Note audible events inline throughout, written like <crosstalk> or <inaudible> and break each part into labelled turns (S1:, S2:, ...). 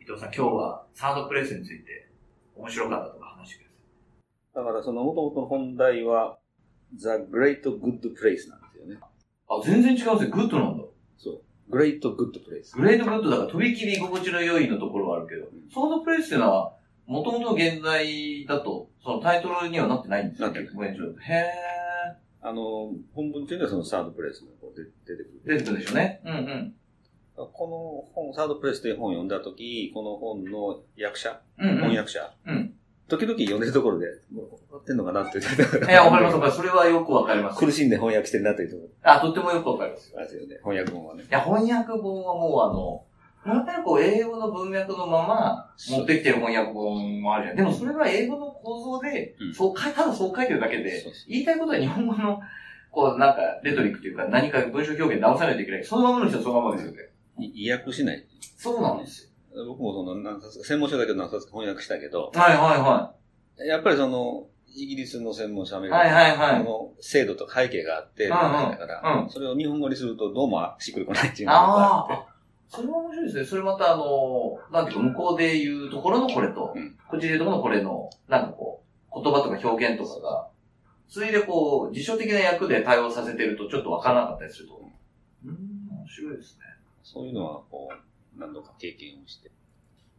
S1: 伊藤さん、今日はサードプレスについて面白かったとか話してください。
S2: だからその元々の本題は、The Great Good Place なんですよね。
S1: あ、全然違うんですよ。グッドなんだ。
S2: そう。Great Good Place。
S1: グレートグッドだから、とびきり居心地の良いのところはあるけど、
S2: うん
S1: サードプレイスっていうのは、もともと現在だと、そのタイトルにはなってないんですよ、
S2: なってない
S1: ごめんちょっとへ
S2: あの、本文っていうのはそのサードプレイスの方で出てくる。
S1: ー。出てくるんでしょうね。うんうん。
S2: この本、サードプレイスという本を読んだとき、この本の役者、
S1: うん、うん。
S2: 翻訳者、
S1: うん
S2: 時々読んでるところで、もう分かってんのかなって言って
S1: いや、わかりますわかります。それはよくわかります。
S2: 苦しんで翻訳してるなというところ
S1: あ、とってもよくわかりますよ。
S2: あるんですよね。翻訳本はね。
S1: いや、翻訳本はもうあの、やっぱりこう、英語の文脈のまま持ってきてる翻訳本もあるじゃん。でもそれは英語の構造で、
S2: うん
S1: そう書い、ただそう書いてるだけで
S2: そうそう、
S1: 言いたいことは日本語の、こう、なんか、レトリックというか、何か文章表現直さないといけない。そのままの人はそのままですよね。
S2: い意訳しない。
S1: そうなんです
S2: 僕もその、何冊か、専門書だけど何冊か翻訳したけど、
S1: よ。はいはいは
S2: やっぱりその、イギリスの専門書アメ
S1: い。
S2: リカの
S1: はいはいはい。
S2: この制度とか背景があって、
S1: うん
S2: だ
S1: うん
S2: から、
S1: うん
S2: それを日本語にするとどうもしっくりこないっていうのがあ
S1: あ
S2: っ
S1: あ。それは面白いですね。それまたあの、なんていうか、向こうで言うところのこれと、
S2: うん
S1: こっちで言うところのこれの、なんかこう、言葉とか表現とかが、ついでこう、辞書的な役で対応させてるとちょっとわからなかったりすると。うん、面白いですね。
S2: て、そういうのはこう、何度か経験をして。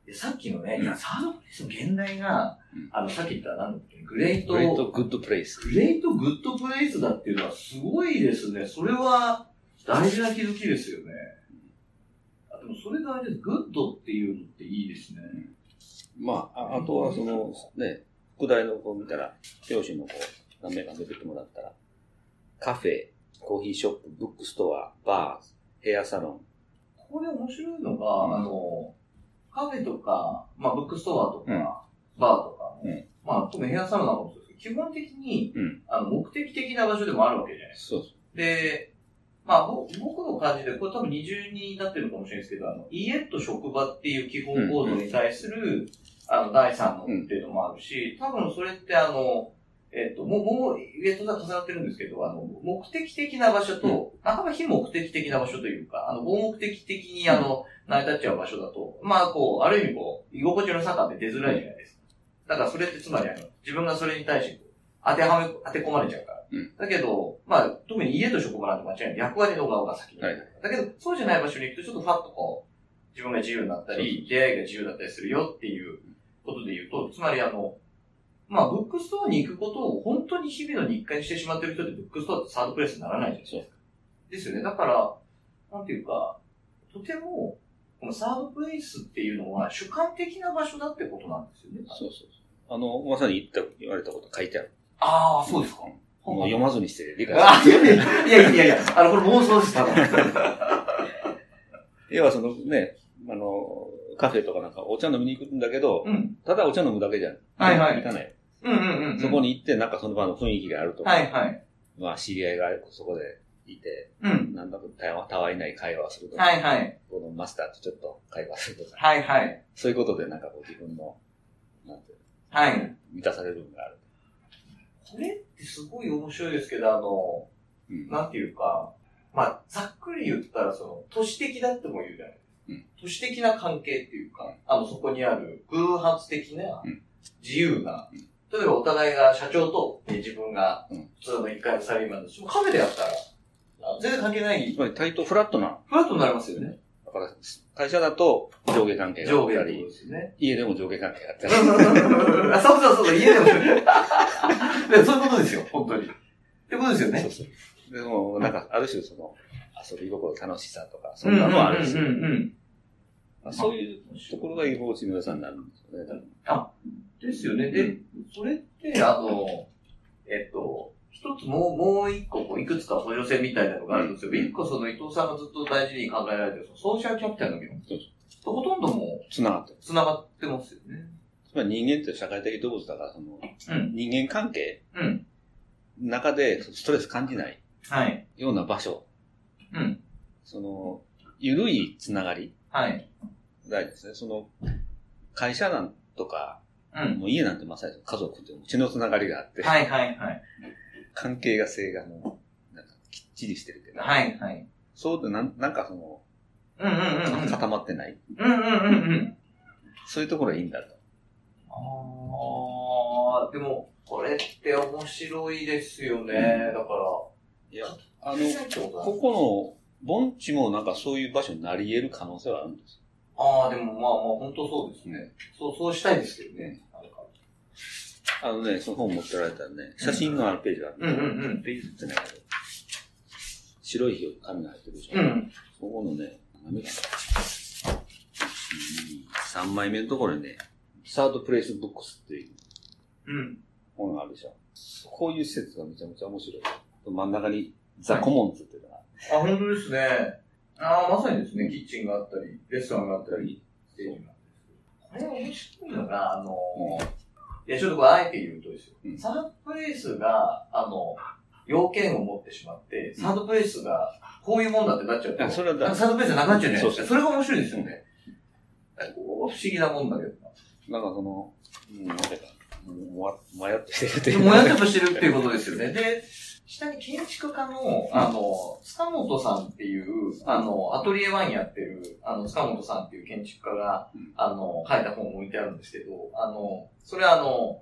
S1: でさっきのね、いや、サードプレイスの現代が、
S2: うん
S1: あの、さっき言ったなんだっけ、グレート、
S2: グレートグッドプレイス。
S1: グレートグッドプレイスだっていうのはすごいですね。それは大事な気づきですよね。あでもそれがあれです。グッドっていうのっていいですね。
S2: まあ、ああとはその、ね、副題のこう見たら、表紙のこう、何名か出てもらったら、カフェ、コーヒーショップ、ブックストア、バー、ヘアサロン。
S1: これ面白いのが、
S2: うん
S1: あの、カフェとか、まあ、ブックストアとか、
S2: うん
S1: バーとか、
S2: うん
S1: まあ、特にヘアサロンなんかもそうですけど、基本的に、
S2: うん
S1: あの目的的な場所でもあるわけじゃないですか。
S2: そう
S1: で、まあ、ぼ僕の感じで、これ多分二重になってるかもしれないですけど、あの、家と職場っていう基本構造に対する、あの、第三のっていうのもあるし、多分それってあの、えっ、と、もう、もう、えっと、重なってるんですけど、あの、目的的な場所と、半ば非目的的な場所というか、あの、合目的的に、あの、成り立っちゃう場所だと、まあ、こう、ある意味こう、居心地の差が出づらいじゃないですか。だからそれってつまり、あの、自分がそれに対してこう、当てはめ、当て込まれちゃうから。
S2: うん
S1: だけど、まあ、特に家と職場なんて間違いない。役割の側が先に。
S2: はい
S1: だけど、そうじゃない場所に行くと、ちょっとファッとこう、自分が自由になったり、出会いが自由だったりするよっていうことで言うと、つまりあの、まあ、ブックストアに行くことを本当に日々の日課にしてしまってる人って、ブックストアってサードプレイスにならないじゃないですか。ですよね。だから、なんていうか、とても、このサードプレイスっていうのは主観的な場所だってことなんですよね。
S2: そうそうそう。あの、まさに言った、言われたこと書いてある。
S1: ああ、そうですか。
S2: もう読まずにして
S1: <laughs>
S2: 理解
S1: あ
S2: する。
S1: いやいやいやいや、あの、これ妄想です、多分。
S2: 要はそのね、あの、カフェとかなんかお茶飲みに行くんだけど、
S1: うん。
S2: ただお茶飲むだけじゃん。
S1: はいはい
S2: 行かない。
S1: うんうんうん。
S2: そこに行って、なんかその場の雰囲気があるとか、
S1: はいはい。
S2: まあ知り合いがそこでいて、
S1: うん。
S2: なんだかたわたわいない会話をするとか、
S1: はいはい。
S2: このマスターとちょっと会話するとか、
S1: はいはい。
S2: そういうことでなんかこう自分の、なんていう
S1: はい。
S2: の満たされる部分がある。
S1: これってすごい面白いですけど、あの、
S2: うん
S1: なんていうか、まあ、ざっくり言ったら、その、都市的だっても言うじゃないですか。
S2: うん
S1: 都市的な関係っていうか、
S2: うん
S1: あの、そこにある偶発的な
S2: うん、
S1: 自由な、
S2: うん
S1: 例えばお互いが社長と、えー自分が
S2: うん、
S1: 普通の一回のサラリーマンだし、カフェでやったら、あ全然関係ない
S2: つ、まり対等フラットな、
S1: フラットになりますよね。
S2: だから会社だと上下関係があ
S1: 上
S2: っ
S1: 下
S2: た
S1: ってこと
S2: り、
S1: ですよね。
S2: 家でも上下関係があったり、
S1: <laughs> あそうそうそうそう、家でも。でもそういうことですよ、本当に。ってことですよ
S2: そ
S1: ね
S2: う。そう。でも、なんかある種その、遊び心楽しさとか、そんなのもあるし、
S1: うんうんうんうん
S2: まあそういうところが居心地の良さになるんですよね。多分
S1: ですよね。で、それって、あの、えっと、一つもう、もう一個、こういくつか補助線みたいなのがあるんですよ。
S2: うん
S1: 一個、その伊藤さんがずっと大事に考えられてる、そのソーシャルキャピタルの議論。
S2: そう
S1: ほとんども
S2: 繋がってる。
S1: う、繋がってますよね。
S2: つまり人間って社会的動物だから、その、
S1: うん。
S2: 人間関係
S1: うん。
S2: の中でストレス感じない
S1: はい。
S2: ような場所、
S1: うん。
S2: その、ゆるいつながり、
S1: はい。
S2: 大事ですね。その、会社なんとか、
S1: うん。
S2: もう家なんてまさに家族って血のつながりがあって、
S1: はいはいはい。
S2: 関係が性がもう、なんかきっちりしてるけど、
S1: はいはい。
S2: そうでなん、なんかその、
S1: うんうんうんうん。
S2: 固まってない。
S1: うんうんうんうん。
S2: そういうところがいいんだと。
S1: ああ、でも、これって面白いですよね。
S2: う
S1: だか
S2: いや、あ
S1: ら。
S2: の、
S1: の
S2: ここの盆地もなんかそういう場所になり得る可能性はあるんですよ。
S1: ああ、でもまあまあ、本当そうですね。そう、そうしたいですけどね。なんか
S2: あのね、その本持ってられたらね、写真のあるページがある、
S1: うんうんうん
S2: ページってないけど、白いひよ紙が入ってるでしょ。
S1: うん。
S2: そこのね、何枚かな。3枚目のところにね、サードプレイスブックスっていう
S1: うん。
S2: 本があるでしょ。こういう施設がめちゃめちゃ面白い。真ん中にザ・コモンズっていうのがあって
S1: あ、本当ですね。ああ、まさにですね、キッチンがあったり、レストランがあったり、ステージがあったり。これ面白いのが、あの、いや、ちょっとこれあえて言うとですよ。
S2: うん
S1: サードプレイスが、あの、要件を持ってしまって、サードプレイスが、こういうもんだってなっちゃうと、
S2: あそれはだ
S1: なんかサードプレイスなくなっちゃうじゃないです
S2: そうそう
S1: か。それが面白いですよね。なんかこう不思議なもんだけどな。
S2: なんかその、うん、なんていうか、もわ、もやっとしてるとい
S1: で
S2: うか
S1: もやっとしてるっていうことですよね。で、下に建築家の、あの、塚本さんっていう、あの、アトリエワンやってる、あの、塚本さんっていう建築家が
S2: うん、
S1: あの、書いた本を置いてあるんですけど、あの、それはあの、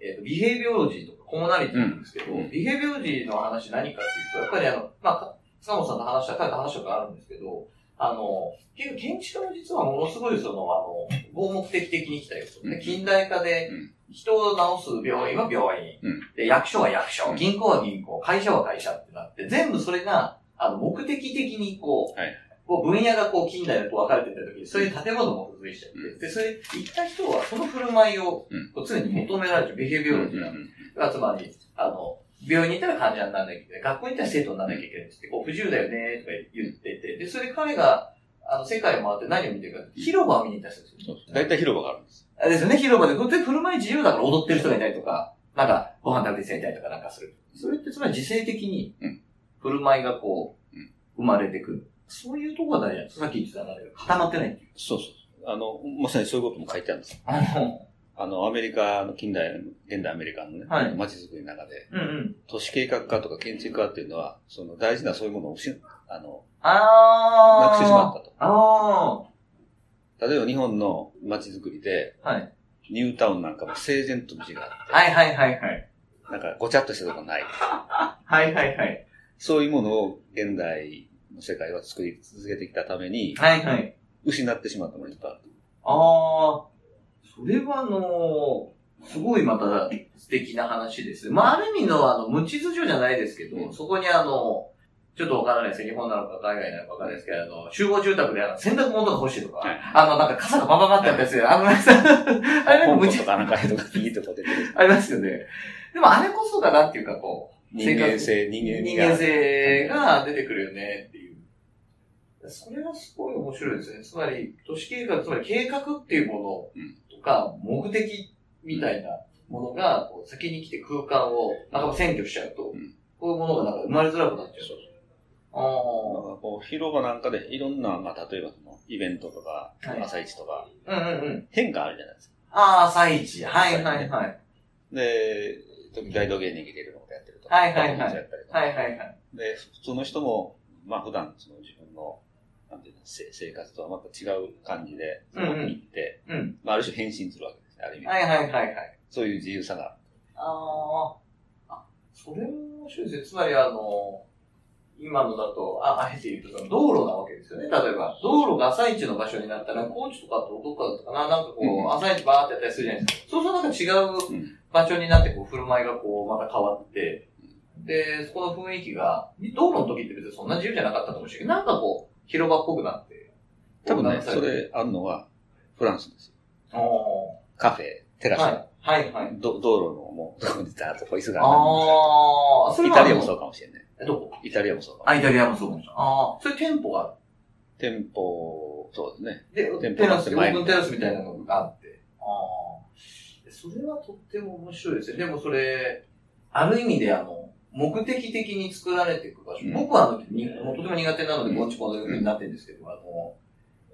S1: えっ、と、ビヘイビオロジーとかコモナリティなんですけど、
S2: うん
S1: ビヘイビオロジーの話何かっていうと、やっぱりあの、まあか、塚本さんと話した、書いた話とかあるんですけど、あの、結局建築家も実はものすごいその、あの、合目的的に来たよと。
S2: う
S1: で
S2: ん
S1: 近代化で、人を治す病院は病院、
S2: うん
S1: で役所は役所、
S2: うん
S1: 銀行は銀行、会社は会社ってなって、全部それが、あの、目的的にこう、
S2: はい
S1: こう分野がこう近代だと分かれてた時に、そういう建物も付随しちゃって、
S2: う
S1: で、それ、行った人はその振る舞いを
S2: うん
S1: こう常に求められてる、ビヘビオロジーなのまあつまり、あの、病院に行ったら患者にならなきゃいけない、学校に行ったら生徒にならなきゃいけないっつって、こう、不自由だよねとか言ってて、で、それ彼が、あの、世界を回って何を見てるかって、広場を見に行った人ですよ。
S2: そうそう大体広場があるんです。
S1: あれですよね、広場で、これ振る舞い自由だから踊ってる人がいたりとか、なんか、ご飯食べてる人がいたりとかなんかする。それってつまり自制的に
S2: うん、
S1: 振る舞いがこう
S2: うん、
S1: 生まれてくる。そういうとこが大事なんですさっき言ってたんだけど、固まってないっていう。
S2: そうそう。あの、まさにそういうことも書いてあるんですよ
S1: あの、
S2: あの、アメリカの近代、現代アメリカのね、
S1: はい
S2: 街づくりの中で、
S1: うんうん。
S2: 都市計画家とか建築家っていうのは、その大事なそういうものを失、あの、
S1: あー。
S2: なくしてしまったと。
S1: あ
S2: 例えば日本の街づくりで、
S1: ー。はい。
S2: ニュータウンなんかも整然と道があって、
S1: はいはいはいはい。
S2: なんかごちゃっとしたとこない。
S1: はいはいはい。
S2: そういうものを現代の世界は作り続けてきたために、
S1: はいはい。
S2: 失ってしまったものがいっぱいある。
S1: あー。それはあのー、すごいまた素敵な話です。まあ、ある意味のあの、無秩序じゃないですけど、
S2: うん
S1: そこにあの、ちょっとわからないですよ。日本なのか海外なのかわからないですけど、あの、集合住宅であの洗濯物が欲しいとか、
S2: はい
S1: あの、なんか傘がバババってあったやつで、あの、なんかあれなんか
S2: 香
S1: 無秩
S2: 港と
S1: 序、
S2: かなんかとか、いいとこ出てる。
S1: ありますよね。でもあれこそがなんていうかこう、
S2: 人間性、人間味
S1: 人
S2: が
S1: 間性が出てくるよねっていう。それはすごい面白いですね。つまり、都市計画、つまり計画っていうものとか、目的みたいなものが、こう先に来て空間を、なんか占拠しちゃうと、
S2: うん
S1: こういうものがなんか生まれづらくなっちゃう。
S2: そうなん
S1: あ
S2: かこう広場なんかでいろんな、まあ、例えばそのイベントとか、
S1: はい
S2: 朝市とか、
S1: あ。うんうんうん。
S2: 変化あるじゃないですか。
S1: ああ、朝一。はいはいはい。
S2: で、時大道芸人入れるのとやってるとか、
S1: はいはいはい
S2: バンドのやったりとか
S1: はいはいはい。
S2: で、普通の人も、まあ普段その自分の、なんていうの、せ生活とはまた違う感じで、そこに行って、
S1: うん。
S2: まあある種変身するわけですね、ある意味。
S1: はいはいはいはい。
S2: そういう自由さがある。
S1: あーあ、それも面白いですね。つまりあの、今のだと、あ、あえて言うと、道路なわけですよね。例えば、道路が朝市の場所になったら、高知とかとどっかだったかな、なんかこ
S2: うん
S1: う、朝市バーってやったりするじゃないですか。そうするとなんか違う
S2: うん
S1: 場所になって、こう、振る舞いがこう、また変わって、で、そこの雰囲気が、道路の時って別にそんな自由じゃなかったかもしれないけど、なんかこう、広場っぽくなって。
S2: 多分ね、
S1: こう
S2: そ。れあるのはフランスですよ。
S1: お
S2: カフェ、テ
S1: ー
S2: ラス、
S1: はい、はい、はい。
S2: ど道路のもう、どこにザーッとこう椅子があ
S1: ああ、それ
S2: るイ
S1: はあ
S2: タ
S1: の。
S2: リアもそうかもしれない。
S1: えどこ
S2: イタリアもそうかもしれない
S1: あ、イタリアもそうかもしれない。ああ、それ店舗があ
S2: 店舗、そうですね。
S1: る。で、
S2: 店
S1: テ
S2: 舗があ
S1: ラ
S2: っ
S1: ス、
S2: て
S1: オープンテラスみたいなのがあって。ああ。それはとっても面白いですね。でもそれ、ある意味であの、目的的に作られていく場所。
S2: うん
S1: 僕はあの、にもうとても苦手なので、
S2: うん
S1: ぼんちぼんというふうになってるんですけど、あの、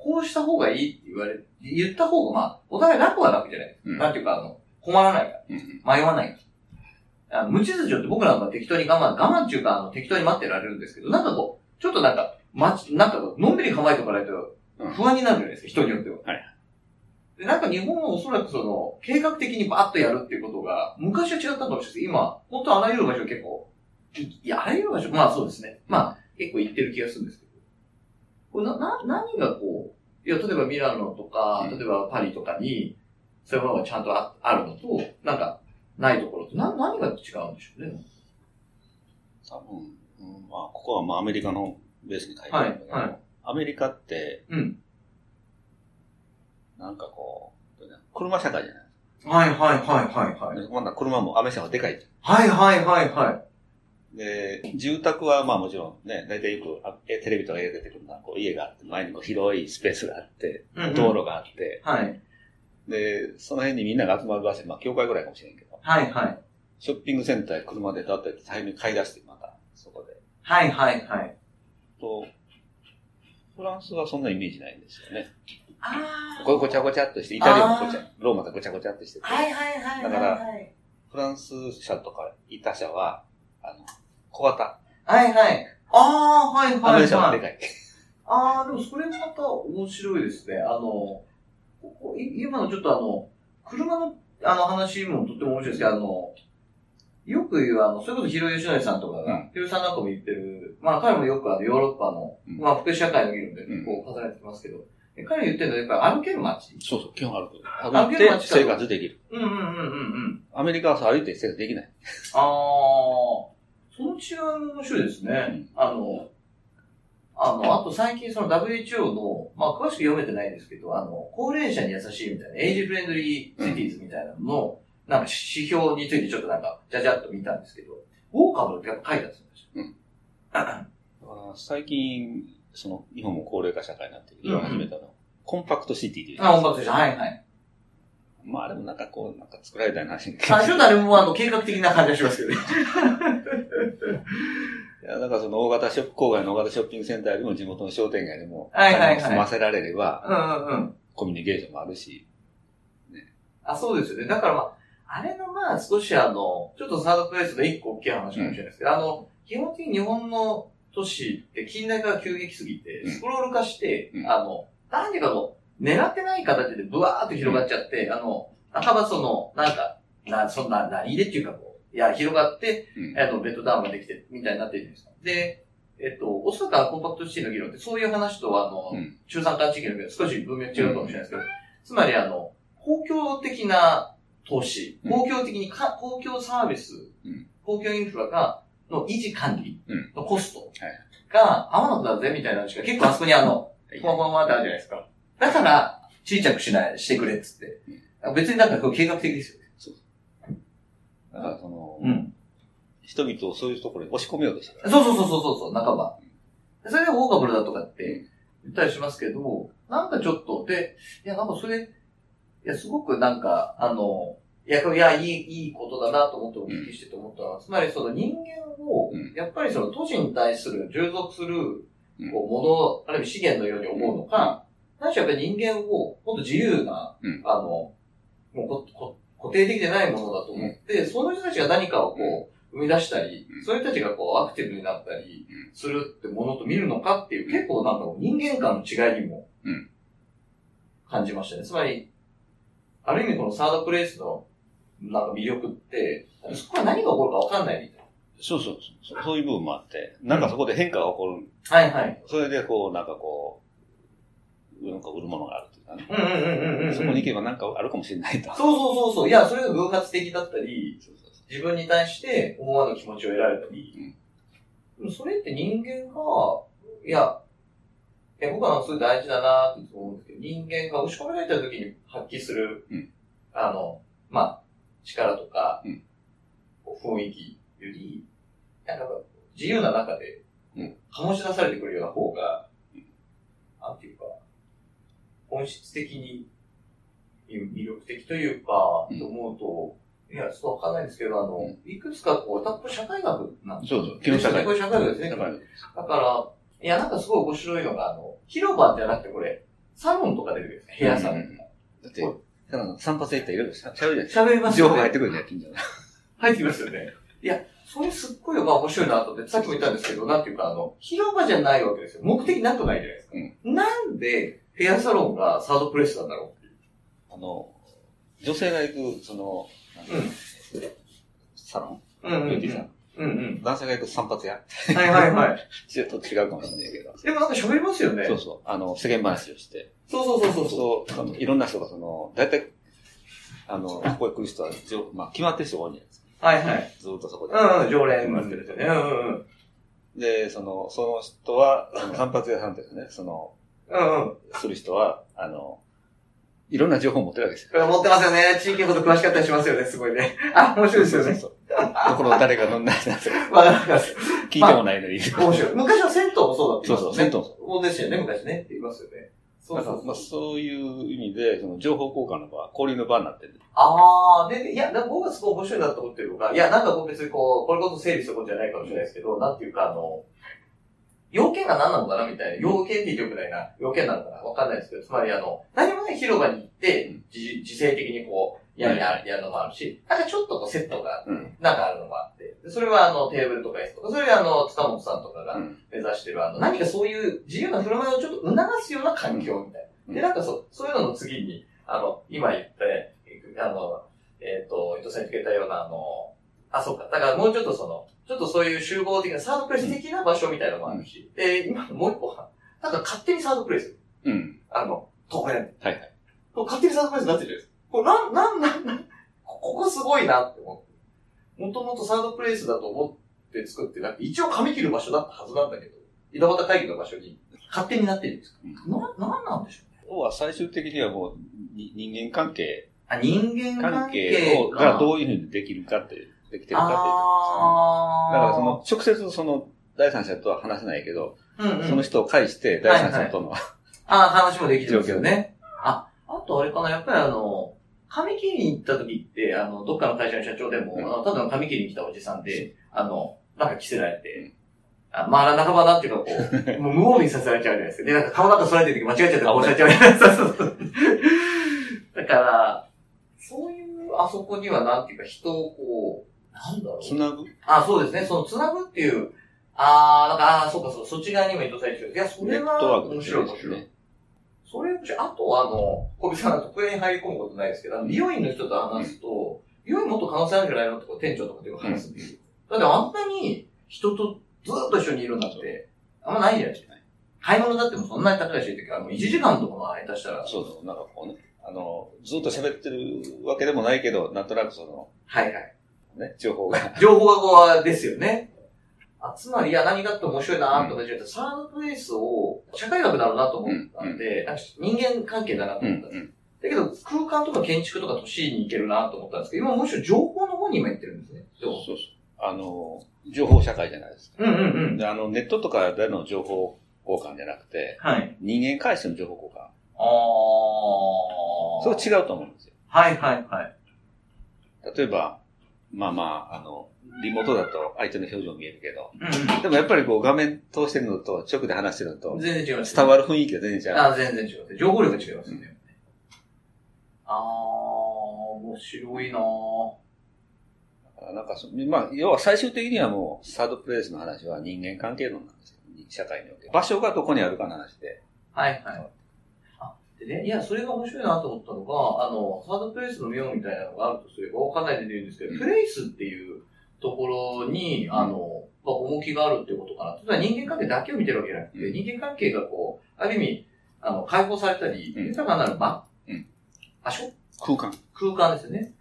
S1: こうした方がいいって言われ、言った方が、まあ、お互い楽は楽じゃない。
S2: うん
S1: なんていうか、あの、困らないか
S2: うん
S1: ら、迷わないから。あの無秩序って僕なんか適当に我慢、我慢っていうか、あの、適当に待ってられるんですけど、なんかこう、ちょっとなんか、まち、なんかこう、のんびり構えておかないと
S2: うん
S1: 不安になるじゃないですか、人によっては。
S2: はい
S1: で、なんか日本はおそらくその、計画的にバーッとやるっていうことが、昔は違ったかもしれないですけど、今、本当あらゆる場所結構、いいや、あらゆる場所、まあそうですね。まあ、結構行ってる気がするんですけど。これな、な、何がこう、いや、例えばミラノとか、
S2: うん
S1: 例えばパリとかに、そういうものがちゃんとああるのと、なんか、ないところと、な、何が違うんでしょうね。
S2: 多分、うんまあ、ここはまあアメリカのベースに書いてあるんだけど、
S1: はいは
S2: アメリカって、
S1: うん
S2: なんかこう、車社会じゃ
S1: は
S2: ない
S1: いはいはいはいは。
S2: でまだ車もアメ車はでかいじゃ
S1: はいはいはいは
S2: ん。で、住宅はまあもちろんね、大体よくあえテレビとか映画出てくるのは、こう家があって、前にこう広いスペースがあって、
S1: い。うん
S2: 道。路があって、
S1: はい。
S2: で、その辺にみんなが集まる場所、まあ教会ぐらいかもしれんけど、
S1: はいはい。
S2: ショッピングセンターへ車でだって早めに買い出して、またそこで。
S1: はいはいはい。
S2: と、フランスはそんなイメージないんですよね。
S1: あ
S2: ごごちゃごちゃっとして、イタリアもごちゃ、ローマがごちゃごちゃっとしてて、
S1: はいはいはいい。
S2: だからフランス車とかイタ車は、あの、小型。
S1: はいはい。ああ、はい
S2: ア
S1: は
S2: メ
S1: い、
S2: リカは
S1: は
S2: で
S1: い。
S2: かい。
S1: ああ、でもそれまた面白いですね。あの、ここい今のちょっとあの、車のあの話もとっても面白いですけど、あの、よく言う、あの、それこそヒロヨシノリさんとか
S2: う
S1: が、ヒロヨさんなんかも言ってる、まあ彼もよくあの、ヨーロッパの、
S2: うん
S1: まあ福祉社会の議論で
S2: うん
S1: こう語られてきますけど、で彼が言ってるのはやっぱり歩ける街。
S2: そうそう、基本歩く。
S1: 歩
S2: 歩い
S1: ける
S2: て
S1: 街だ
S2: 生活できる。
S1: うんうんうんうんうん。
S2: アメリカはさ、歩いて生活できない。
S1: ああ、その違いも面白いですね。
S2: うん
S1: あの、あの、あと最近その WHO の、まあ詳しく読めてないですけど、あの、高齢者に優しいみたいな、エイジフレンドリーシティーズみたいなのの、なんか指標についてちょっとなんか、じゃじゃっと見たんですけど、ウォーカブルってやっぱ書いてあったんですよ。
S2: だから最近、その、日本も高齢化社会になってる。今始めたの。コンパクトシティっていう。
S1: あ、音楽でした。はい <laughs> はい。
S2: まあ、あれもなんかこう、なんか作られたような話に
S1: あ、ちょっとあれもあの、計画的な感じがしますけど <laughs> ね。
S2: いや、だからその大型ショップ、郊外の大型ショッピングセンターよりも地元の商店街でも、
S1: はいはいはい
S2: 買物済ませられれば、
S1: うんうんうん。
S2: コミュニケーションもあるし、
S1: あ、そうですよね。だからまあ、あれのまあ少しあの、ちょっとサードプレイスの一個大きい話かもしれないですけど、あの、基本的に日本の都市って近代化が急激すぎて
S2: う、ん
S1: スクロール化して、
S2: うん
S1: あの、何でかの、狙ってない形でブワーっと広がっちゃって、あの、半ばその、なんか、な、そんな、何でっていうかこう、いや、広がって、
S2: うん
S1: あの、ベッドダウンができて、みたいになってるじゃないですか。で、えっと、おそらくコンパクトシティの議論って、そういう話とは、あの、
S2: うん
S1: 中山間地域の議論少し文脈違うかもしれないですけど、つまりあの、公共的な投資、
S2: うん
S1: 公共的にか、公共サービス、
S2: うん
S1: 公共インフラが、の維持管理
S2: うん
S1: のコストが合わなくなるぜみたいな話が結構あそこにあの、こわこわこわってあるじゃないですか。だから、小さくしない、してくれっつって。別になんかこう計画的ですよね。
S2: だからその、
S1: ん。
S2: 人々をそういうところに押し込めようとしてる。
S1: そうそうそうそうそうそう、半ば。それでウォーカブルだとかって言ったりしますけど、なんかちょっと、で、いや、なんかそれ、いや、すごくなんか、あの、いや、いや、いい、いいことだなと思ってお聞きしてて思ったのは、つまりその人間を
S2: うん、
S1: やっぱりその都市に対する従属する
S2: うん、
S1: こう、もの、ある意味資源のように思うのか、何しろやっぱり人間を、もっと自由な
S2: うん、
S1: あの、もうここ固定的でないものだと思って、その人たちが何かをこう、生み出したり
S2: うん、
S1: そういう人たちがこう、アクティブになったり
S2: う
S1: するってものと見るのかっていう、結構なんか人間間の違いにも
S2: うん、
S1: 感じましたね。つまり、ある意味このサードプレイスの、なんか魅力って、そこは何が起こるかわかんないみたい
S2: そうそうそう。そういう部分もあって、なんかそこで変化が起こる。
S1: な。はいはい。
S2: それでこう、なんかこう、なんか売るものがあるというかね。
S1: うんうんうんうんうん。
S2: そこに行けばなんかあるかもしれない
S1: そ
S2: と。
S1: うそうそうそう。いや、それが偶発的だったり、
S2: そうそうそ
S1: 自分に対して思わぬ気持ちを得られたり。でもそれって人間が、いや、いや僕はなんかすごい大事だなっていつも思うんですけど、人間が押し込められた時に発揮する、
S2: うん
S1: あの、まあ、力とか、
S2: うん
S1: こう雰囲気より、なんかこう自由な中で
S2: うん、
S1: 醸し出されてくるような方が、なんていうか、本質的に魅力的というか、
S2: うん
S1: と思うと、いや、ちょっとわかんないんですけど、あの、
S2: うん
S1: いくつかこう、たこれ社会学なん
S2: う。
S1: です
S2: そうそう。基本社会。
S1: これ社会学ですね。
S2: だ
S1: だ
S2: か
S1: からら、いや、なんかすごい面白いのが、あの、広場じゃなくてこれ、サロンとかで出てくるんですよ部屋サロ
S2: うんう
S1: ン。
S2: んうんだって、ただの散髪行ったらいろいろしゃべるじゃない
S1: 喋ります
S2: 情
S1: よ
S2: 報入っ
S1: ね。
S2: てくるんじゃない近所の
S1: 入ってきますよね。いや、それすっごいまあ面白いなと思って、さっきも言ったんですけど、なんていうか、あの、広場じゃないわけですよ。目的なくないじゃないですか。なんで、ヘアサロンがサードプレイスなんだろう。
S2: あの、女性が行く、その、なんていうのサロン
S1: うんうんう
S2: ビューティーサロ
S1: ん。
S2: ン。
S1: うんうん。
S2: 男性が行く散髪屋
S1: はいはいはい。
S2: ちょっと違うかもしれないけど。
S1: でもなんか喋りますよね。
S2: そうそう。あの、世間話をして。
S1: そうそうそうそう。そ
S2: そうあのいろんな人がその、大体、あの、ここへ来る人は、じょまあ、決まってる人が多いんじゃないですか。
S1: うはいはい。
S2: ずっとそこで。
S1: うんうん、常連になってる人ね。うんうんうん。
S2: で、その、その人は、その散髪屋さんですね、その、
S1: うんうん。
S2: する人は、あの、いろんな情報を持ってるわけですよ。
S1: 持ってますよね。地域のこと詳しかったりしますよね。すごいね。あ、面白いですよね。
S2: そうそうそう。ところ誰が飲んだりなん <laughs> とか
S1: わかります。
S2: 聞いてもないのに。
S1: 面白い。昔は銭湯もそうだった。
S2: そうそう、銭湯。もそ
S1: もんですよね、昔ね。って言いますよね。
S2: う。
S1: そ
S2: な
S1: うんそ
S2: か
S1: うそ
S2: まあ、
S1: う。
S2: そういう意味で、その情報交換の場、交流の場になってる。
S1: あー、で、いや、でも僕はすごい面白いなと思ってるのが、いや、なんかこう別にこう、これこそ整理することじゃないかもしれないですけど、なんていうかあの、要件が何なのかなみたいな、要件って言ってよくないな、要件なのかなわかんないですけど、つまりあの、何もない広場に行って
S2: うん、
S1: 自自制的にこう、やるやるやるのもあるし、なんかちょっとこうセットが、
S2: うん。
S1: なんかあるのもあって、それはあの、テーブルとか椅子とか、それであの、塚本さんとかが
S2: うん
S1: 目指してる、あの、何かそういう自由な振る舞いをちょっと促すような環境みたいな。で、
S2: うん
S1: なんかそう、そういうのの次に、あの、今言ったね、あの、えっ、と、伊藤さんに言ってたような、あの、あ、そうか。だからもうちょっとその、ちょっとそういう集合的な、サードプレイス的な場所みたいなのもあるし、で、今のもう一個は、なんか勝手にサードプレイス、
S2: うん。
S1: あの、当然。
S2: はいはい。
S1: こう勝手にサードプレイスになってるじゃないですか。これなん、なん、なん、なん、こここすごいなって思って。もともとサードプレイスだと思って作って、なんか一応髪切る場所だったはずなんだけど、井戸端会議の場所に勝手になってるんですか、
S2: うん
S1: な、なんなんでしょうね。
S2: 要は最終的にはもう、に人間関係
S1: あ、人間
S2: 関
S1: 関
S2: 係
S1: 係
S2: をがどういうふうにできるかっていう、できてるかっていう
S1: あー
S2: ことですね。だからその、直接その、第三者とは話せないけど、
S1: うんうん、
S2: その人を介して、第三者との、
S1: あ話もできてるんですよね。あ、あとあれかな、やっぱりあの、髪切りに行った時って、あの、どっかの会社の社長でも、
S2: うん
S1: あのただの髪切りに来たおじさんで、あの、なんか着せられて、あまあ、半ばなんていうかこう、
S2: <laughs>
S1: もう無防備にさせられちゃうじゃないですか。で、なんか顔なんかそられてる時間違えちゃったら殺されちゃうじゃないですか。そうそうそうだから、そういうあそこにはなんていうか人をこう、なんだろう。
S2: つなぐ
S1: あ、そうですね。その、つなぐっていう、あー、なんか、あー、そうか、そう、そっち側にも伊藤さんいるけどいや、そ
S2: ネ
S1: れ
S2: ッ
S1: は
S2: トワーク
S1: 面
S2: です
S1: 白い、面白い。
S2: ね。
S1: それもし、あとはあの、小木さん、特に入り込むことないですけど、あの美容院の人と話すと、美容院もっと可能性あるんじゃないのってこう店長とかでよく話すんですよ。だってあんなに人とずっと一緒にいるなんて、あんまないじゃないですか。買い物だってもそんなに高いし、あの、1時間とかも下手したら、
S2: そうそう、なんかこうね、あの、ずっと喋ってるわけでもないけど、なんとなくその、
S1: はいはい。
S2: ね、情報が。
S1: 情報がこう、ですよね。あつまり、いや、何かって面白いなとか言うと、サードプレイスを、社会学だろうなと思ったんで、なんか人間関係だなと
S2: う
S1: 思っ
S2: ん
S1: たんですよ、
S2: うん。
S1: だけど、空間とか建築とか都市に行けるなと思ったんですけど、今むしろ情報の方に今行ってるんですね。
S2: そう
S1: どう
S2: そう。あの、情報社会じゃないですか。
S1: うんうんうん。
S2: であの、ネットとかでの情報交換じゃなくて、
S1: はい。
S2: 人間介しての情報交換。
S1: あー。
S2: それは違うと思うんですよ。
S1: はいはいはい。
S2: 例えば、まあまあ、あの、リモートだと相手の表情見えるけど、
S1: うん
S2: でもやっぱりこう画面通してるのと直で話してるの
S1: うん。
S2: と
S1: 全然違います。
S2: 伝わる雰囲気が全然違う。
S1: あ全然違う。情報量が違いますよね。あー、面白いなー。
S2: なんかそ、まあ、要は最終的にはもうサードプレイスの話は人間関係論なんですよ。社会における。場所がどこにあるかの話で。
S1: はいはい。あ、でね、いや、それが面白いなと思ったのが、あの、サードプレイスの妙みたいなのがあるとすれば、わかんないで言うんですけど、
S2: うん
S1: プレイスっていうところに、あの、まあ、重きがあるってことかな。例えば人間関係だけを見てるわけじゃなくて、
S2: うん
S1: 人間関係がこう、ある意味、あの、解放されたり、
S2: うん
S1: 豊かなる場、
S2: うん
S1: 場所
S2: 空間。
S1: 空間ですよね。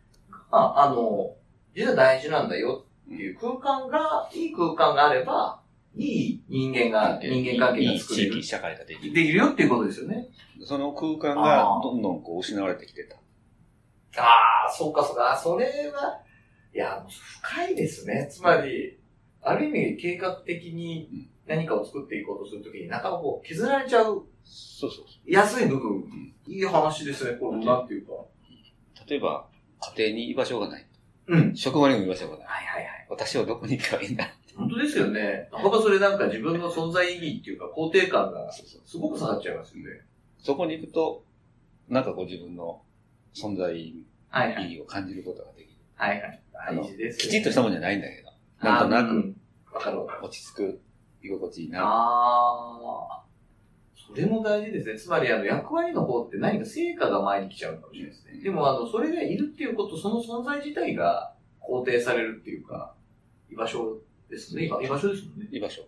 S1: まあ、あの、実は大事なんだよっていう空間が、いい空間があれば、いい人間が、人間関係が作れ
S2: いい地
S1: る
S2: 域、。社会ができ
S1: で
S2: る。
S1: きるよっていうことですよね。
S2: その空間がどんどんこう失われてきてた。
S1: ああ、そうかそうか。それは、いや、深いですね。つまり、ある意味計画的に何かを作っていこうとするときに、なかなかこう削られちゃう
S2: そうそうそ
S1: 安い部分
S2: ん。
S1: いい話ですね、これ。なんていうか。
S2: う。例えば、家庭に居場所がない。
S1: うん。
S2: 職場にも居場所がない。
S1: はいはいはい。
S2: 私はどこに行けばいいんだ。
S1: 本当ですよね。なかなかそれなんか自分の存在意義っていうか肯定感が
S2: そうそう
S1: すごく下がっちゃいますよね。
S2: そこに行くと、なんかこう自分の存在意
S1: はいはい。
S2: 義を感じることができる。
S1: はいはい。
S2: あの
S1: 大事です、ね。
S2: きちっとしたもんじゃないんだけど、なんとな
S1: あーう
S2: く
S1: んわかるわかる。
S2: 落ち着く、居心地いいな。
S1: ああ。それも大事ですね。つまり、あの、役割の方って何か成果が前に来ちゃうかもしれないですね。でも、あの、それでいるっていうこと、その存在自体が肯定されるっていうか、居場所ですね。居場居場所ですもんね。
S2: 居場所。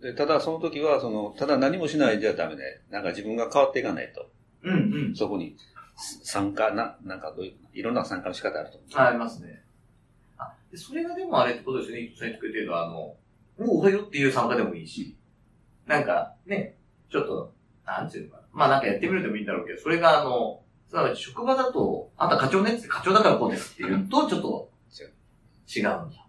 S2: で、ただその時は、その、ただ何もしないじゃダメで、なんか自分が変わっていかないと、
S1: うんうん。
S2: そこに参加、な、なんかどういう、いろんな参加の仕方あると思う。
S1: あありますね。あ、でそれがでもあれってことですね。伊藤さん言ってくれてるのは、あの、もうおはようっていう参加でもいいし、なんかね、ちょっと、なんていうのかな。まあなんかやってみるでもいいんだろうけど、それがあの、すなわち職場だと、あんた課長ねっつって課長だからこうですって言うと、ちょっと
S2: 違う
S1: 違うんだ。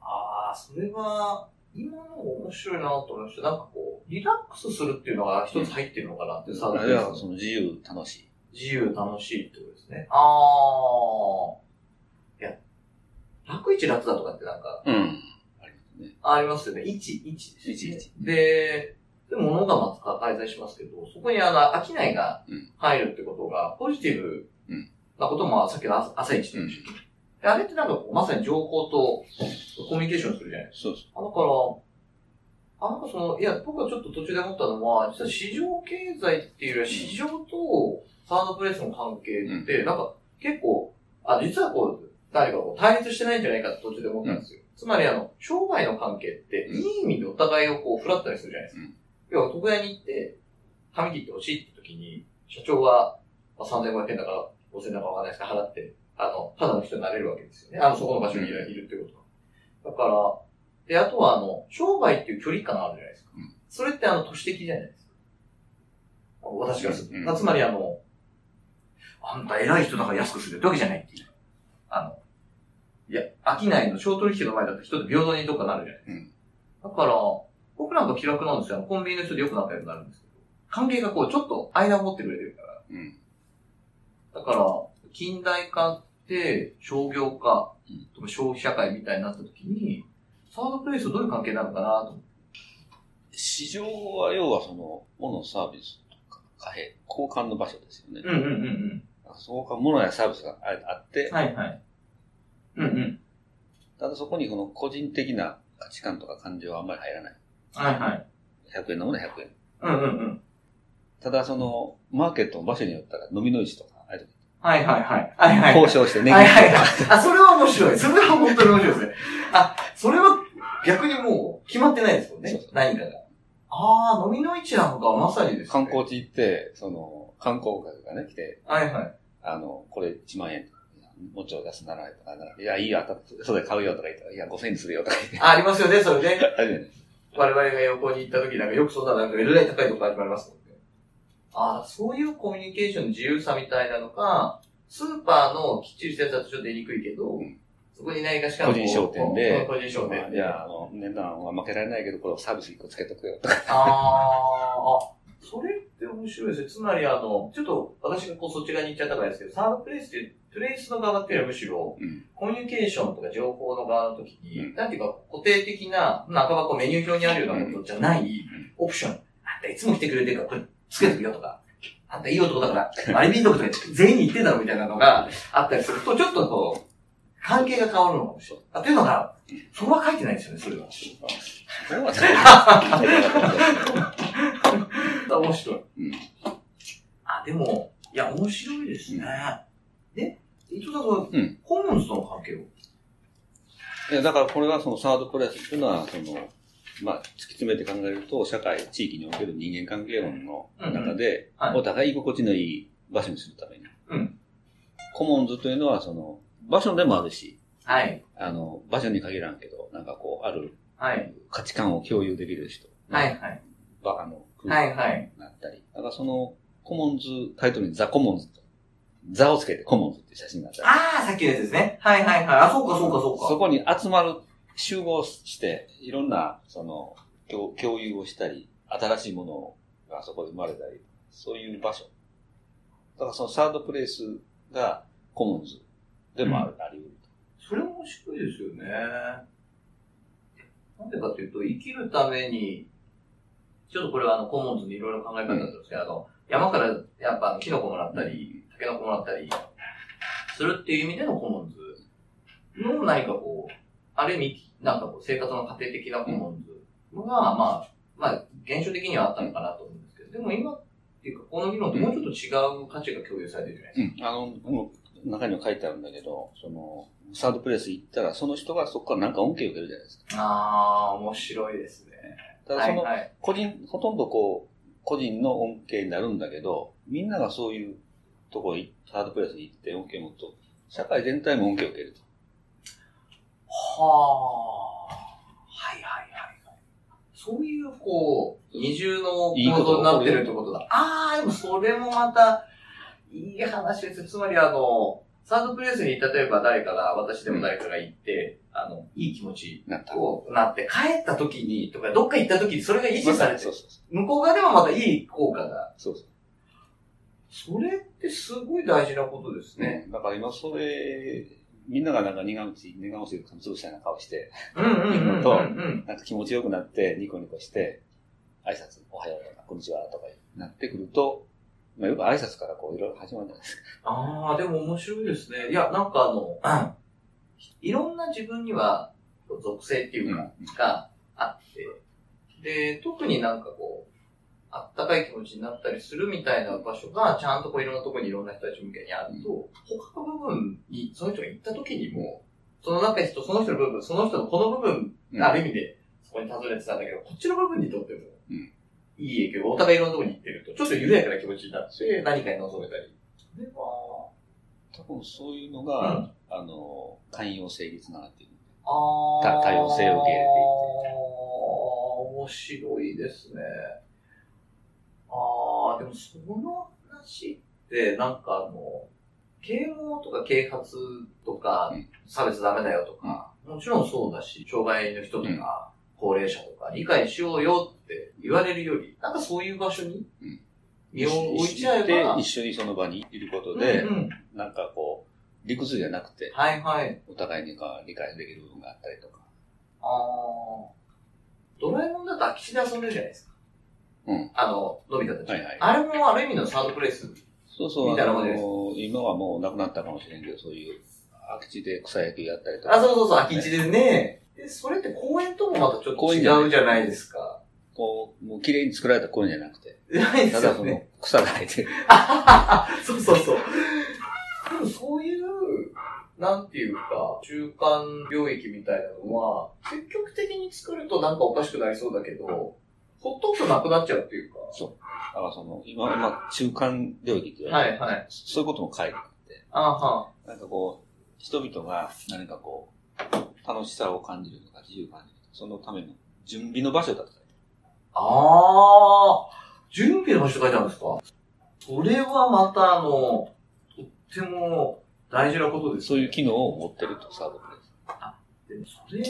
S1: ああ、それは、今の面白いなと思いました。なんかこう、リラックスするっていうのが一つ入ってるのかなって、サー
S2: あ
S1: ビ
S2: れ
S1: ス
S2: は、その自由、楽しい。
S1: 自由楽しいってことですね。あー。いや、楽一楽だとかってなんか、
S2: うん。ありますね。
S1: ありますよね。一、一です、ね。
S2: 一一
S1: で、で、物がまた開催しますけど、そこにあの、商いが
S2: うん
S1: 入るってことが、ポジティブ
S2: うん
S1: なことも、さっきの朝朝一と一緒でであれってなんかこうまさに情報とコミュニケーションするじゃない
S2: そうそ
S1: あだから、あなんかその、いや、僕はちょっと途中で思ったのは、実は市場経済っていうよりは、市場とサードプレイスの関係って、なんか結構、あ、実はこう、誰かこう対立してないんじゃないかって途中で思ったんですよ。つまりあの、商売の関係って、
S2: うん
S1: いい意味でお互いをこう、フラットにするじゃないですか。
S2: うん
S1: 要は、床屋に行って、髪切ってほしいって時に、社長は、まあ、3500円だから、5000円だかわかんないですけど、払って、あの、ただの人になれるわけですよね。あの、そこの場所にいるいるってことは。だから、で、あとは、あの、商売っていう距離感あるじゃないですか。
S2: うん
S1: それって、あの、都市的じゃないですか。私がすると。
S2: うんうん
S1: つまり、あの、あんた偉い人だから安くするってわけじゃないっていう。あの、いや、商いの商取引の前だと人と平等にどっかなるじゃないですか。だから、僕なんか気楽なんですよ。あのコンビニの人でよく仲良くなるんですけど、関係がこう、ちょっと間を持ってくれてるから。
S2: う。うん。
S1: だから、近代化って商業化
S2: うん、
S1: とか消費社会みたいになった時に、サードプレイスとどういう関係なのかなと思って。
S2: 市場は、要はその、物、サービスとか、貨幣、交換の場所ですよね。
S1: うんうんうん
S2: そうか、物やサービスがああって、
S1: はいはい。うんうん。
S2: ただそこにこの個人的な価値観とか感情はあんまり入らない。
S1: はいはい。
S2: 100円のものは100円。
S1: うんうんうん。
S2: ただその、マーケットの場所によったら飲みの市とか、あれとか
S1: はいはいはい。はいはい。
S2: 交渉してね、
S1: はいはい
S2: 銀行
S1: はい。あ、それは面白い。それは本当に面白いですね。あ、それは逆にもう決まってないですもんね
S2: そうそう。
S1: 何かが。ああ、飲みの位置なのか、まさにですね。
S2: 観光地行って、その、観光客がね、来て、
S1: はいはい。
S2: あの、これ1万円とか、もうちょい出すなら、とか、いや、いいよ、当たってそうで買うよとか言ったら、いや、5000円にするよとか言って、
S1: あ、ありますよね、それね。
S2: あれじゃない
S1: 我々が横に行った時なんかよくそんななんかえらい高いとこ始まりますもんね。ああ、そういうコミュニケーションの自由さみたいなのか、スーパーのきっちりしたやつだとちょっと言いにくいけど、
S2: うん
S1: そこに何かしかの
S2: 個人商店で
S1: 個人商
S2: ま
S1: 店
S2: あ
S1: で。
S2: いや、あの、値段は負けられないけど、これをサービス1個つけとく
S1: <laughs>
S2: よとか。 <laughs>
S1: ああ、あ、それって面白いですね。つまりあの、ちょっと私がこうそっち側に行っちゃったからですけど、サードプレイスっていう、プレイスの側っていうよりはむしろ、
S2: うん。
S1: コミュニケーションとか情報の側の時に、
S2: うん
S1: なんていうか固定的な、半ばこうメニュー表にあるようなことじゃない、オプション。あんたいつも来てくれてるから、これつけとくよとか。あんたいい男だから、あれ見とくとか全員に言ってんだろみたいなのがあったりすると、ちょっとこう、関係が変わるのかもしれない。あ、というのが、そこは書いてないんですよね、そ
S2: <laughs>
S1: れは。
S2: そうはない
S1: 面白い。
S2: うん
S1: あ、でも、いや、面白いですね。で、伊藤さん、こ
S2: う
S1: れ
S2: ん
S1: ホームズとの関係を。
S2: いやだからこれはそのサードプレイスっていうのは、その、まあ、突き詰めて考えると、社会、地域における人間関係論の中で、
S1: うんうんはい
S2: お互い居心地のいい場所にするために。
S1: うん
S2: コモンズというのは、その、場所でもあるし、
S1: はい。
S2: あの、場所に限らんけど、なんかこう、ある
S1: はい。
S2: 価値観を共有できる人。
S1: はい、はい。
S2: ばあの、
S1: はい、はい。
S2: なったり。だからその、コモンズ、タイトルにザ・コモンズと、ザをつけてコモンズっていう写真があったり。
S1: ああ、さっきのやつですね。はい、はい、はい。あ、そうか、そうか、そうか。
S2: そこに集まる、集合して、いろんな、その、共共有をしたり、新しいものがそこで生まれたり、そういう場所。だからそのサードプレイスがコモンズでもある、あり
S1: それも面白いですよね。なんでかっていうと、生きるために、ちょっとこれはあの、コモンズでいろいろ考え方だったんですけど、あの、山からやっぱあのキノコもらっ
S2: 得
S1: た
S2: る。
S1: り、タケノコもらったり、するっていう意味でのコモンズの何かこう、ある意味、なんかこう、生活の過程的なコモンズが、まあ、まあ、現象的にはあったのかなと思うんですけどでも今っていうか、この議論ともうちょっと違う価値が共有されてるじゃないですか。
S2: うん、あの、もう中には書いてあるんだけど、その、サードプレイス行ったら、その人がそこからなんか恩恵を受けるじゃないですか。
S1: ああ、面白いですね。
S2: ただその、
S1: はいはい、
S2: 個人、ほとんどこう、個人の恩恵になるんだけど、みんながそういうところに、サードプレイスに行って恩恵を持つと、社会全体も恩恵を受けると。
S1: はあ。はいはいはいはい。そういう、こう、二重の
S2: いいこ
S1: 構
S2: と
S1: 造になってるってことだ。ああ、でもそれもまた、いい話です。つまりあの、サードプレイスに、例えば誰かが、私でも誰かが行って、あの、いい気持ち
S2: なった。
S1: をなって、帰った時に、とか、どっか行った時にそれが維持されて
S2: そう
S1: る。
S2: そうそう。
S1: 向こう側でもまたいい効果が。
S2: そうそ
S1: それってすごい大事なことです
S2: う。
S1: ね。
S2: ね。だから今それ、みんながなんか苦口、苦口で噛みつぶしたような顔して、
S1: うんうんうんうん、うん。
S2: なんか気持ちよくなって、ニコニコして、挨拶、おはようとか、こんにちはとかなってくると、まあよく挨拶からこういろいろ始まるじゃないですか。
S1: ああ、でも面白いですね。いや、なんかあの、 <clears throat> いろんな自分には属性っていうか、があって、で、特になんかこう、あったかい気持ちになったりするみたいな場所が、ちゃんとこういろんなところにいろんな人たち向けにあると、他の部分にその人が行った時にも、その中の人、その人の部分、その人のこの部分、
S2: うん
S1: ある意味でそこに訪ねてたんだけど、こっちの部分にとっても
S2: うん、
S1: いい影響が、お互いいろんなところに行ってると、ちょっと緩やかな気持ちになって、何かに望めたり。では
S2: 多分そういうの
S1: う
S2: が、あの、寛容性につながっている。
S1: あ
S2: た多様性を受け入れていって
S1: 面白いですね。ああ、でもその話って、なんかあの、啓蒙とか啓発とか
S2: うん、
S1: 差別ダメだよとか、もちろんそうだし、障害の人とか、高齢者とか、理解しようよって言われるより、なんかそういう場所に
S2: うん
S1: 身を置いちゃえば、
S2: で一緒にその場にいることで、
S1: うんうん
S2: なんかこう、理屈じゃなくて、
S1: はいはい。
S2: お互いにか理解できる部分があったりとか。
S1: ああ、ドラえもんだと空き地で遊んでるじゃないですか。
S2: うん。
S1: あの、のび太たち。
S2: はいはい。
S1: あれもある意味のサードプレイス。
S2: そうそう、
S1: み
S2: あ
S1: たいなもんです
S2: の、今はもうなくなったかもしれんけど、そういう空き地で草野球やったりとか。
S1: あ、そうそうそう、空き地でね。で、それって公園ともまたちょっと
S2: 公園じゃない
S1: 違うじゃないですか。
S2: こう、もう綺麗に作られた公園じゃなくて、
S1: じゃないで
S2: た
S1: す
S2: だ
S1: よ
S2: そ
S1: ね
S2: の。草が生えてる。
S1: <laughs> そうそうそう。でもそういう、なんていうか、中間領域みたいなのは、積極的に作るとなんかおかしくなりそうだけど、ほっとくとなくなっちゃうっていうか。
S2: だからその、今はまあ中間領域って言わ
S1: は
S2: れ
S1: い
S2: て、
S1: はい。
S2: そういうことも書いてあって、
S1: あは
S2: なんかこう、人々が何かこう、楽しさを感じるとか、自由を感じるとか、そのための準備の場所だったり。
S1: あー、準備の場所書いてあるんですかそれはまたあの、とっても大事なことです
S2: そういう機能を持ってると、サードプレイス。
S1: でもそれ、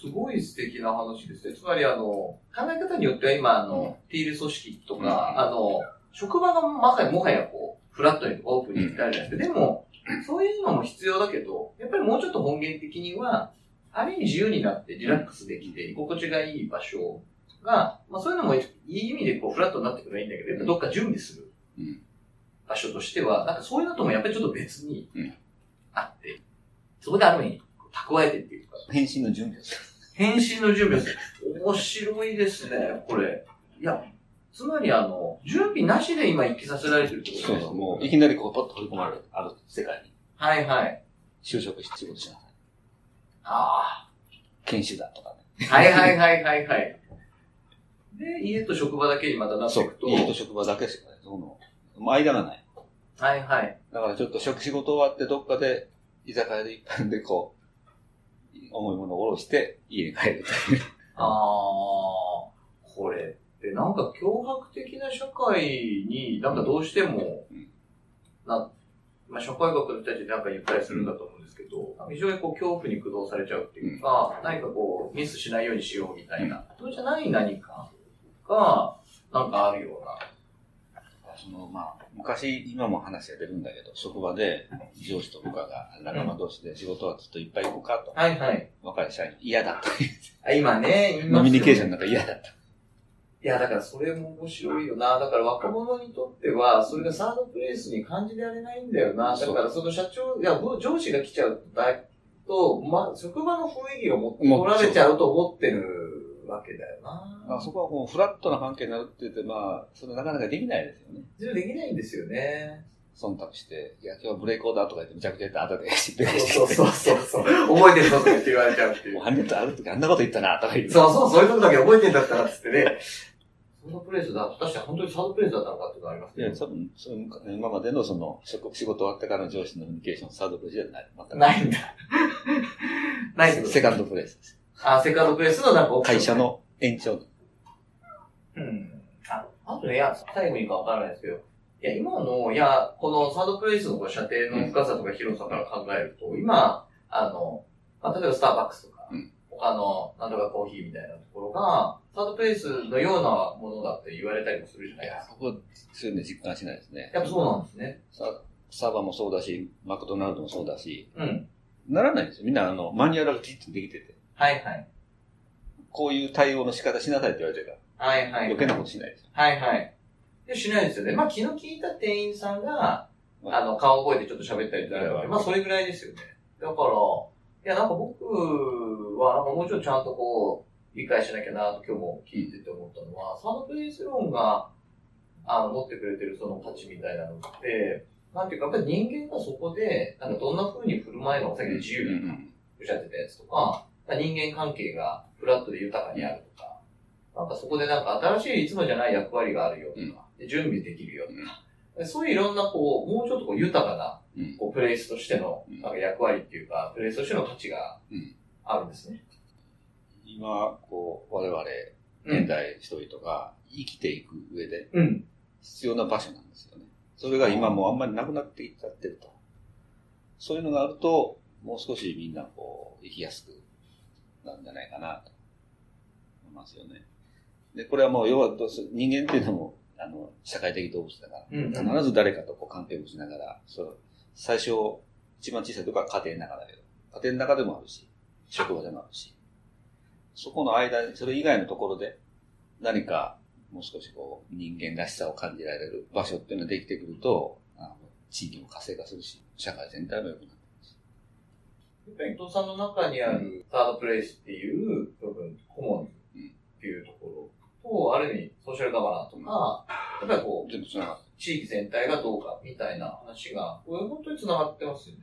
S1: すごい素敵な話ですね。つまり、あの、考え方によっては今、あの、ティール組織とか、
S2: うん
S1: あの、職場がまさにもはやこう、フラットにオープンにってあるじゃないですか。でも、そういうのも必要だけど、やっぱりもうちょっと本源的には、ある意味自由になってリラックスできて、居心地がいい場所が、まあそういうのもいい意味でこう、フラットになってくればいいんだけど、やっぱどっか準備する
S2: うん
S1: 場所としては、なんかそういうのともやっぱりちょっと別に
S2: うん
S1: あって、そこである意味、蓄えてっていうか、
S2: 返信の準備をする。
S1: 返信の準備をする。面白いですね、これ。いや、つまりあの、準備なしで今生きさせられてるってこと
S2: そう
S1: です
S2: そう、もういきなりこう、パッと取り込まれる、ある世界に。
S1: はいはい。
S2: 就職して仕事しなさい。
S1: あ
S2: 研修だとかね。
S1: あ。はいはいはいはいはい。で、家と職場だけにまたなっていくと。
S2: 家と職場だけしかね、その、もう間がない。
S1: はいはい。
S2: だからちょっと職仕事終わってどっかで、居酒屋で <laughs> 一般でこう、重いものを下ろして、家に帰るという。
S1: ああ、これってなんか脅迫的な社会になんかどうしても
S2: うん、
S1: な、まあ、社会学の人たちなんか言ったりするんだと思うんですけど、非常にこう恐怖に駆動されちゃうっていうか、何かこうミスしないようにしようみたいな、そうじゃない何かが、なんかあるような。
S2: その、まあ、昔、今も話が出るんだけど、職場で上司と部下が仲間同士で仕事はちょっといっぱい行こうかと。
S1: はいはい。
S2: 若い社員、嫌だと。
S1: あ今ね、
S2: 飲みニケーショ
S1: ン。
S2: ンなんか嫌だと。
S1: いや、だからそれも面白いよな。だから若者にとっては、それがサードプレイスに感じられないんだよな。だからその社長、いや、ぼ上司が来ちゃうと、だいと、ま、職場の雰囲気がも
S2: もう
S1: 取られちゃうと思ってる
S3: わけだよな。
S2: まあ、そこはこうフラットな関係になるって言って、まあ、それなかなかできないですよね。
S3: それできないんですよね。
S2: 忖度して、いや、今日はブレイクオーダーとか言って、むちゃくちゃ言って、後で知って
S3: そう
S2: るし
S3: そうそうそうそ
S1: <laughs>
S3: う。覚えてるぞとか言って言われちゃうっていう
S2: もう。半年とある時あんなこと言ったな、とか言って。
S3: そうそう、そういうことだけ覚えてんだったらっつってね。
S1: そんなプレイスだ、果たして本当にサードプレイスだったのかっていうのがありますけ
S2: で、
S1: ど、
S2: 多分、その今までのその、職仕事終わってからの上司のコミュニケーション、サードプレイじゃない。全く
S3: ないんだ。ないってこと
S2: セカンドプレイスです。
S3: あ、セカンドプレイスのなんか
S2: 会社。の延長。
S1: うん。
S3: あ
S1: あとね、いや、最後にいいかわからないですけど、いや、今の、いや、このサードプレイスのこう射程の深さとか広さから考えると、今、あの、まあ、例えばスターバックスとか、
S2: うん
S1: 他の、なんとかコーヒーみたいなところが、サードプレイスのようなものだって言われたりもするじゃない
S2: い
S1: です
S2: や
S1: か。、
S2: そこ、そういうの実感しないですね。
S1: やっぱそうなんですね。
S2: ササーバーもそうだし、マクドナルドもそうだし、
S1: うん。
S2: ならないんですよ。みんな、あの、マニュアルがきっちりできてて、
S1: はいはい。
S2: こういう対応の仕方しなさいって言われてるから、
S1: はいはい。
S2: 余計なことしないですよ。
S1: はいはい。で、しないですよね。まあ、気の利いた店員さんが、
S2: まあ
S1: あの、顔覚えてちょっと喋ったりとか
S2: はいはい、
S1: まあ、それぐらいですよね。だから、いや、なんか僕は、なんかもうちょっとちゃんとこう、理解しなきゃなと今日も聞いてて思ったのは、サードプレイスローンが、あの、持ってくれてるその価値みたいなのって、なんていうか、やっぱり人間がそこで、なんかどんな風に振る舞いのお酒で自由におっしゃってたやつとか、まあ、人間関係がフラットで豊かにあるとか、なんかそこでなんか新しいいつもじゃない役割があるよとか、で準備できるよとか、そういういろんなこう、もうちょっとこう豊かな
S2: うんうん
S1: こうプレイスとしての
S2: うん
S1: なんか役割っていうか、プレイスとしての価値が
S2: うん
S1: あるんですね。
S2: 今、こう、我々、現代人々が生きていく上で
S1: うん。
S2: 必要な場所なんですよね。それが今もうあんまりなくなっていっちゃってると。そういうのがあると、もう少しみんなこう、生きやすくなんじゃないかなと思いますよね。で、これはもう、要はどうする人間っていうのも、あの、社会的動物だから、
S1: うん。
S2: 必ず誰かとこう関係を持ちながら、そう、最初、一番小さいとこは家庭の中だけど、家庭の中でもあるし、職場でもあるし、そこの間に、それ以外のところで、何か、もう少しこう、人間らしさを感じられる場所っていうのができてくると、あの地域も活性化するし、社会全体も良くなる。
S1: やっぱり伊藤さんの中にあるサードプレイスっていう部分、コモンズっていうところと、ある意味ソーシャルガバナンスとか、やっぱりこう、
S2: 全部繋がって
S1: 地域全体がどうかみたいな話が、これ本当に繋がってますよね。